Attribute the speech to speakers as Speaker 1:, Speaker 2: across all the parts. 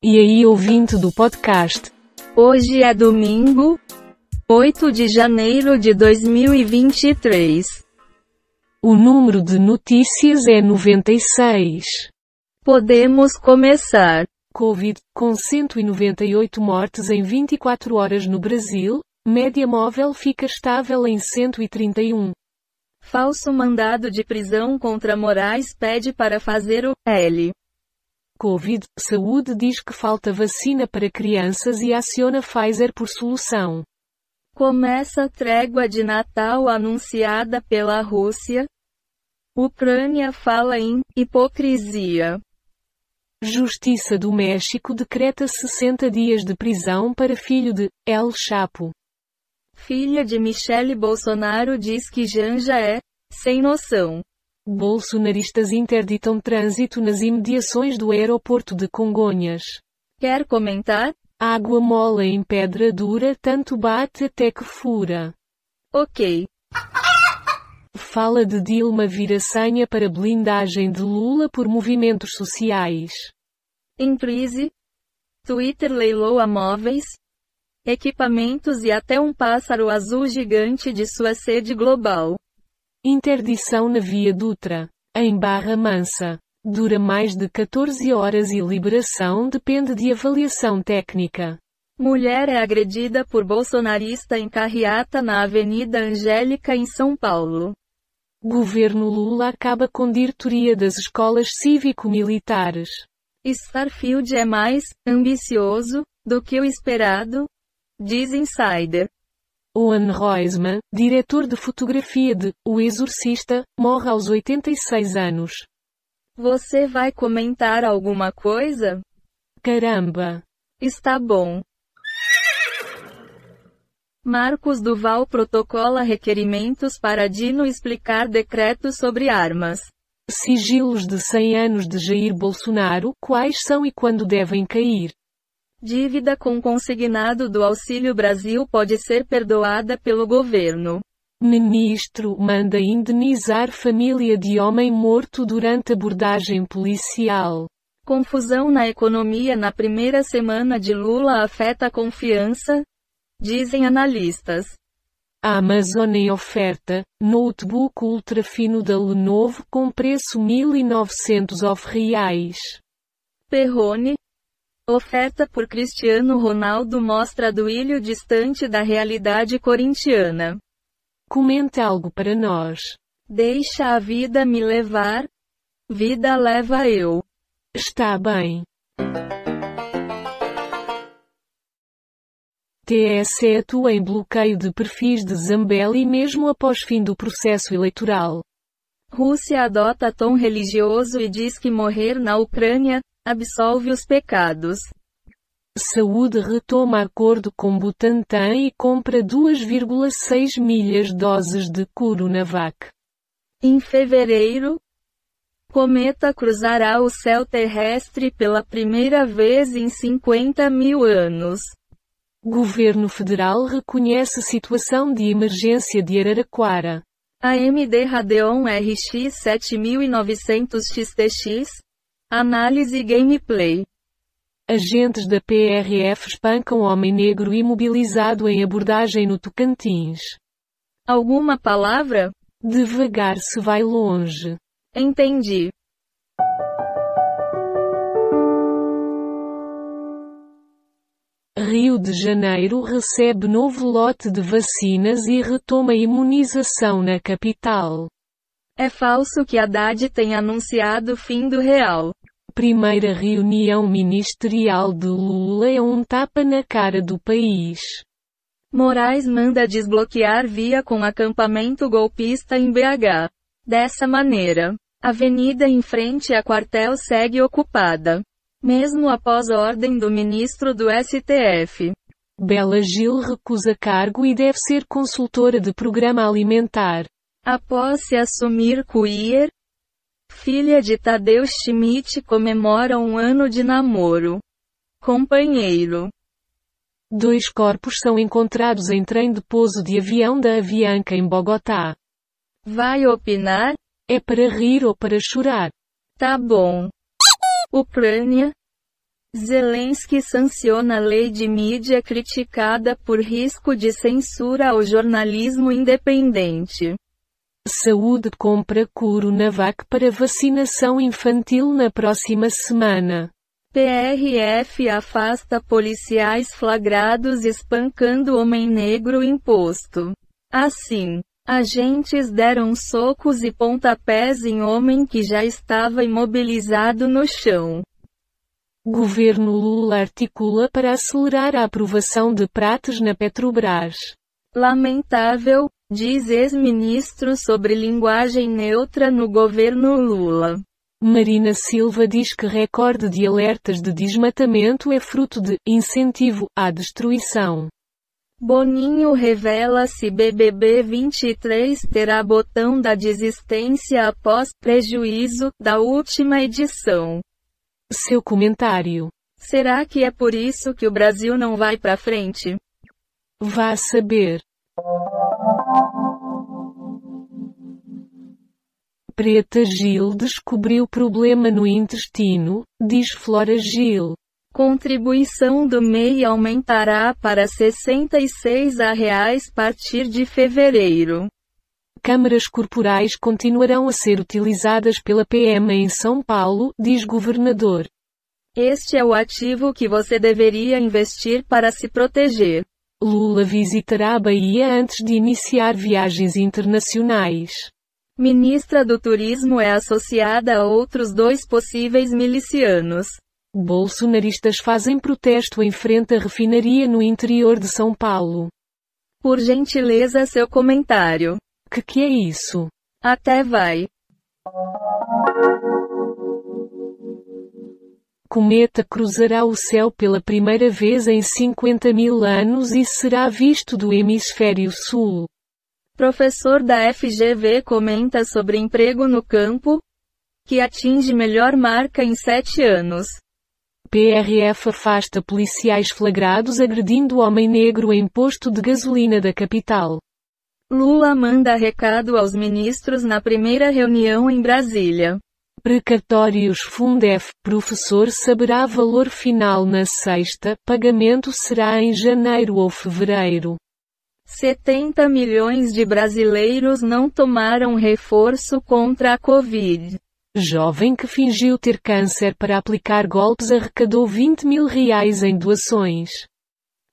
Speaker 1: E aí, ouvinte do podcast?
Speaker 2: Hoje é domingo, 8 de janeiro de 2023.
Speaker 1: O número de notícias é 96.
Speaker 2: Podemos começar.
Speaker 1: Covid, com 198 mortes em 24 horas no Brasil, média móvel fica estável em 131.
Speaker 2: Falso mandado de prisão contra Moraes pede para fazer o L.
Speaker 1: Covid, saúde diz que falta vacina para crianças e aciona Pfizer por solução.
Speaker 2: Começa a trégua de Natal anunciada pela Rússia. Ucrânia fala em hipocrisia.
Speaker 1: Justiça do México decreta 60 dias de prisão para filho de El Chapo.
Speaker 2: Filha de Michele Bolsonaro diz que Janja é sem noção.
Speaker 1: Bolsonaristas interditam trânsito nas imediações do aeroporto de Congonhas.
Speaker 2: Quer comentar?
Speaker 1: Água mole em pedra dura tanto bate até que fura.
Speaker 2: Ok.
Speaker 1: Fala de Dilma vira senha para blindagem de Lula por movimentos sociais.
Speaker 2: Em crise? Twitter leiloa móveis? Equipamentos e até um pássaro azul gigante de sua sede global.
Speaker 1: Interdição na Via Dutra. Em Barra Mansa. Dura mais de 14 horas e liberação depende de avaliação técnica.
Speaker 2: Mulher é agredida por bolsonarista em carreata na Avenida Angélica em São Paulo.
Speaker 1: Governo Lula acaba com diretoria das escolas cívico-militares.
Speaker 2: Starfield é mais ambicioso do que o esperado, diz insider.
Speaker 1: Owen Roisman, diretor de fotografia de O Exorcista, morre aos 86 anos.
Speaker 2: Você vai comentar alguma coisa?
Speaker 1: Caramba!
Speaker 2: Está bom. Marcos Duval protocola requerimentos para Dino explicar decreto sobre armas.
Speaker 1: Sigilos de 100 anos de Jair Bolsonaro, quais são e quando devem cair?
Speaker 2: Dívida com consignado do Auxílio Brasil pode ser perdoada pelo governo.
Speaker 1: Ministro manda indenizar família de homem morto durante abordagem policial.
Speaker 2: Confusão na economia na primeira semana de Lula afeta a confiança? Dizem analistas.
Speaker 1: A Amazon em oferta, notebook ultra fino da Lenovo com preço 1.900 of reais.
Speaker 2: Perrone, Oferta por Cristiano Ronaldo mostra duílio distante da realidade corintiana.
Speaker 1: Comente algo para nós.
Speaker 2: Deixa a vida me levar. Vida leva eu.
Speaker 1: Está bem. TSE atua é em bloqueio de perfis de Zambelli mesmo após fim do processo eleitoral.
Speaker 2: Rússia adota tom religioso e diz que morrer na Ucrânia absolve os pecados.
Speaker 1: Saúde retoma acordo com Butantan e compra 2,6 milhas doses de Coronavac.
Speaker 2: Em fevereiro, cometa cruzará o céu terrestre pela primeira vez em 50 mil anos.
Speaker 1: Governo federal reconhece situação de emergência de Araraquara.
Speaker 2: AMD Radeon RX 7900 XTX, Análise e gameplay.
Speaker 1: Agentes da PRF espancam homem negro imobilizado em abordagem no Tocantins.
Speaker 2: Alguma palavra?
Speaker 1: Devagar se vai longe.
Speaker 2: Entendi.
Speaker 1: Rio de Janeiro recebe novo lote de vacinas e retoma imunização na capital.
Speaker 2: É falso que Haddad tem anunciado o fim do real.
Speaker 1: Primeira reunião ministerial de Lula é um tapa na cara do país.
Speaker 2: Moraes manda desbloquear via com acampamento golpista em BH. Dessa maneira, avenida em frente a quartel segue ocupada. Mesmo após ordem do ministro do STF.
Speaker 1: Bela Gil recusa cargo e deve ser consultora de programa alimentar.
Speaker 2: Após se assumir Cuier, filha de Tadeu Schmidt comemora um ano de namoro. Companheiro.
Speaker 1: Dois corpos são encontrados em trem de pouso de avião da Avianca em Bogotá.
Speaker 2: Vai opinar?
Speaker 1: É para rir ou para chorar?
Speaker 2: Tá bom. Ucrânia. Zelensky sanciona lei de mídia criticada por risco de censura ao jornalismo independente.
Speaker 1: Saúde compra Coronavac para vacinação infantil na próxima semana.
Speaker 2: PRF afasta policiais flagrados espancando homem negro em posto. Assim, agentes deram socos e pontapés em homem que já estava imobilizado no chão.
Speaker 1: Governo Lula articula para acelerar a aprovação de pratos na Petrobras.
Speaker 2: Lamentável, diz ex-ministro sobre linguagem neutra no governo Lula.
Speaker 1: Marina Silva diz que recorde de alertas de desmatamento é fruto de incentivo à destruição.
Speaker 2: Boninho revela se BBB 23 terá botão da desistência após prejuízo da última edição.
Speaker 1: Seu comentário.
Speaker 2: Será que é por isso que o Brasil não vai para frente?
Speaker 1: Vá saber. Preta Gil descobriu problema no intestino, diz Flora Gil.
Speaker 2: Contribuição do MEI aumentará para R$ 66 a reais partir de fevereiro.
Speaker 1: Câmaras corporais continuarão a ser utilizadas pela PM em São Paulo, diz governador.
Speaker 2: Este é o ativo que você deveria investir para se proteger.
Speaker 1: Lula visitará a Bahia antes de iniciar viagens internacionais.
Speaker 2: Ministra do Turismo é associada a outros dois possíveis milicianos.
Speaker 1: Bolsonaristas fazem protesto em frente à refinaria no interior de São Paulo.
Speaker 2: Por gentileza, seu comentário.
Speaker 1: Que que é isso?
Speaker 2: Até vai.
Speaker 1: Cometa cruzará o céu pela primeira vez em 50 mil anos e será visto do hemisfério sul.
Speaker 2: Professor da FGV comenta sobre emprego no campo, que atinge melhor marca em sete anos.
Speaker 1: PRF afasta policiais flagrados agredindo homem negro em posto de gasolina da capital.
Speaker 2: Lula manda recado aos ministros na primeira reunião em Brasília.
Speaker 1: Precatórios Fundef, professor saberá valor final na sexta, pagamento será em janeiro ou fevereiro.
Speaker 2: 70 milhões de brasileiros não tomaram reforço contra a Covid.
Speaker 1: Jovem que fingiu ter câncer para aplicar golpes arrecadou 20 mil reais em doações.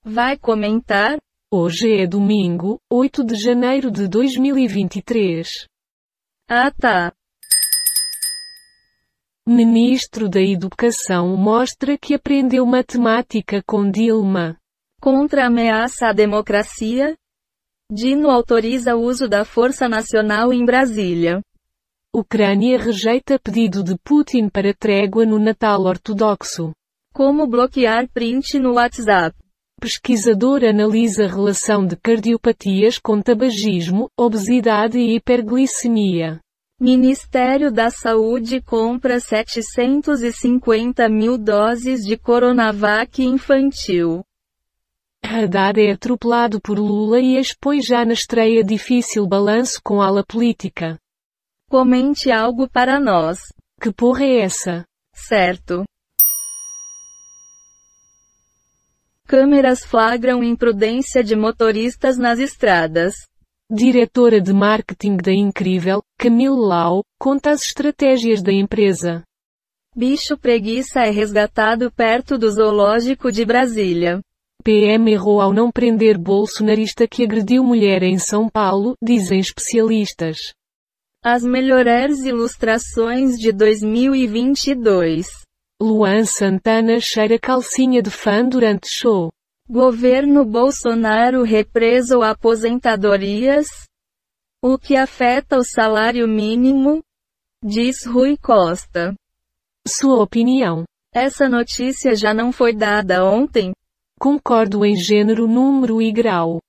Speaker 2: Vai comentar?
Speaker 1: Hoje é domingo, 8 de janeiro de 2023.
Speaker 2: Ah tá.
Speaker 1: Ministro da Educação mostra que aprendeu matemática com Dilma.
Speaker 2: Contra ameaça à democracia? Dino autoriza o uso da Força Nacional em Brasília.
Speaker 1: Ucrânia rejeita pedido de Putin para trégua no Natal ortodoxo.
Speaker 2: Como bloquear print no WhatsApp?
Speaker 1: Pesquisador analisa relação de cardiopatias com tabagismo, obesidade e hiperglicemia.
Speaker 2: Ministério da Saúde compra 750 mil doses de Coronavac infantil.
Speaker 1: Haddad é atropelado por Lula e expõe já na estreia difícil balanço com ala política.
Speaker 2: Comente algo para nós.
Speaker 1: Que porra é essa?
Speaker 2: Certo. Câmeras flagram imprudência de motoristas nas estradas.
Speaker 1: Diretora de marketing da Incrível, Camille Lau, conta as estratégias da empresa.
Speaker 2: Bicho preguiça é resgatado perto do zoológico de Brasília.
Speaker 1: PM errou ao não prender bolsonarista que agrediu mulher em São Paulo, dizem especialistas.
Speaker 2: As melhores ilustrações de 2022.
Speaker 1: Luan Santana cheira calcinha de fã durante show.
Speaker 2: Governo Bolsonaro represa aposentadorias? O que afeta o salário mínimo? Diz Rui Costa.
Speaker 1: Sua opinião.
Speaker 2: Essa notícia já não foi dada ontem?
Speaker 1: Concordo em gênero, número e grau.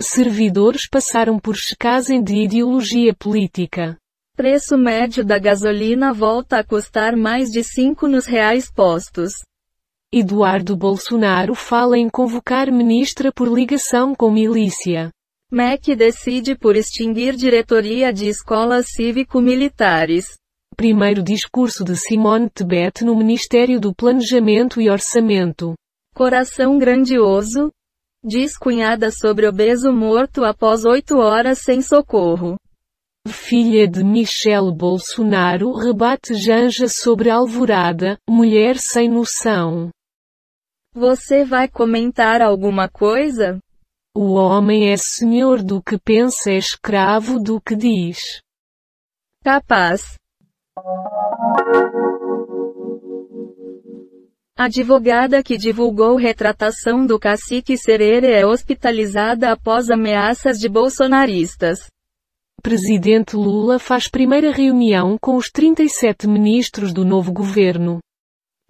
Speaker 1: Servidores passaram por checagem de ideologia política.
Speaker 2: Preço médio da gasolina volta a custar mais de 5 nos reais postos.
Speaker 1: Eduardo Bolsonaro fala em convocar ministra por ligação com milícia.
Speaker 2: MEC decide por extinguir diretoria de escolas cívico-militares.
Speaker 1: Primeiro discurso de Simone Tebet no Ministério do Planejamento e Orçamento.
Speaker 2: Coração grandioso? Diz cunhada sobre obeso morto após oito horas sem socorro.
Speaker 1: Filha de Michel Bolsonaro rebate Janja sobre Alvorada, mulher sem noção.
Speaker 2: Você vai comentar alguma coisa?
Speaker 1: O homem é senhor do que pensa, é escravo do que diz.
Speaker 2: Capaz. Advogada que divulgou retratação do cacique Serere é hospitalizada após ameaças de bolsonaristas.
Speaker 1: Presidente Lula faz primeira reunião com os 37 ministros do novo governo.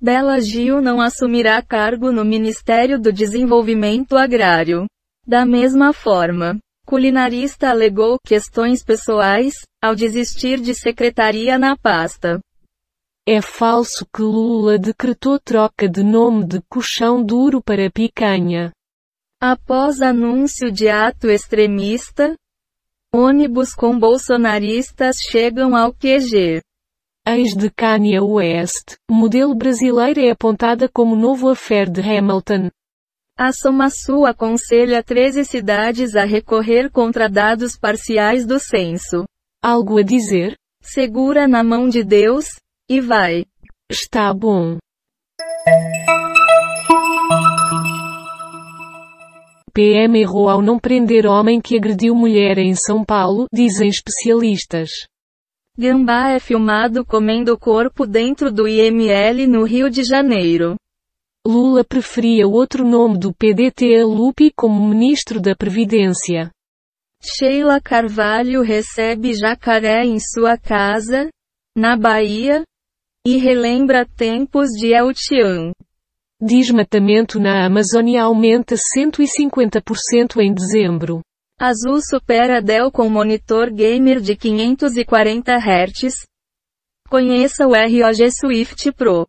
Speaker 2: Bela Gil não assumirá cargo no Ministério do Desenvolvimento Agrário. Da mesma forma, culinarista alegou questões pessoais ao desistir de secretaria na pasta.
Speaker 1: É falso que Lula decretou troca de nome de colchão duro para picanha.
Speaker 2: Após anúncio de ato extremista, ônibus com bolsonaristas chegam ao QG.
Speaker 1: Ex de Kanye West, modelo brasileira é apontada como novo affair de Hamilton.
Speaker 2: A Somaçu aconselha 13 cidades a recorrer contra dados parciais do censo.
Speaker 1: Algo a dizer?
Speaker 2: Segura na mão de Deus, e vai.
Speaker 1: Está bom. PM errou ao não prender homem que agrediu mulher em São Paulo, dizem especialistas.
Speaker 2: Gambá é filmado comendo corpo dentro do IML no Rio de Janeiro.
Speaker 1: Lula preferia outro nome do PDT a Lupe como ministro da Previdência.
Speaker 2: Sheila Carvalho recebe jacaré em sua casa, na Bahia, e relembra tempos de El Tian.
Speaker 1: Desmatamento na Amazônia aumenta 150% em dezembro.
Speaker 2: Azul supera Dell com monitor gamer de 540 Hz. Conheça o ROG Swift Pro.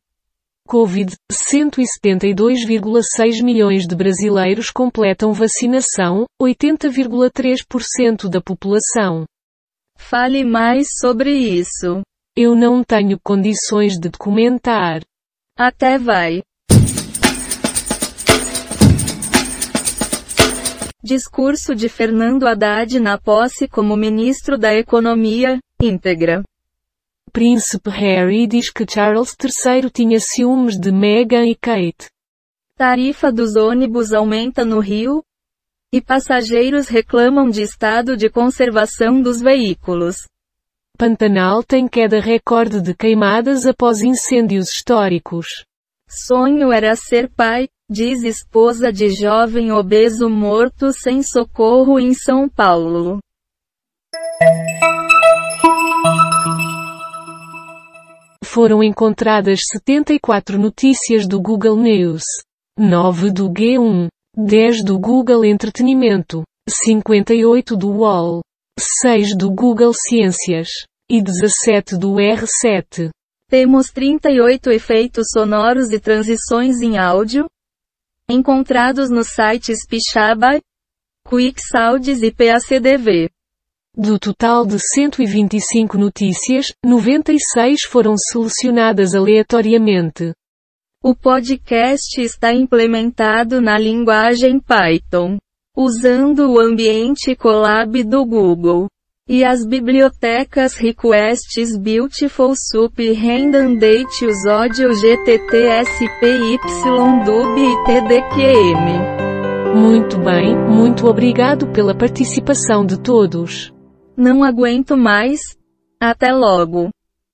Speaker 1: Covid, 172,6 milhões de brasileiros completam vacinação, 80,3% da população.
Speaker 2: Fale mais sobre isso.
Speaker 1: Eu não tenho condições de comentar.
Speaker 2: Até vai. Discurso de Fernando Haddad na posse como ministro da Economia, íntegra.
Speaker 1: Príncipe Harry diz que Charles III tinha ciúmes de Meghan e Kate.
Speaker 2: Tarifa dos ônibus aumenta no Rio? E passageiros reclamam de estado de conservação dos veículos.
Speaker 1: Pantanal tem queda recorde de queimadas após incêndios históricos.
Speaker 2: Sonho era ser pai, diz esposa de jovem obeso morto sem socorro em São Paulo.
Speaker 1: Foram encontradas 74 notícias do Google News, 9 do G1, 10 do Google Entretenimento, 58 do UOL, 6 do Google Ciências e 17 do R7.
Speaker 2: Temos 38 efeitos sonoros e transições em áudio, encontrados nos sites Pixaba, QuickSounds e PACDV.
Speaker 1: Do total de 125 notícias, 96 foram selecionadas aleatoriamente.
Speaker 2: O podcast está implementado na linguagem Python, usando o ambiente Colab do Google. E as bibliotecas Requests Beautiful Soup Random Date Usodio GTTSPYDUB e TDQM.
Speaker 1: Muito bem, muito obrigado pela participação de todos.
Speaker 2: Não aguento mais. Até logo.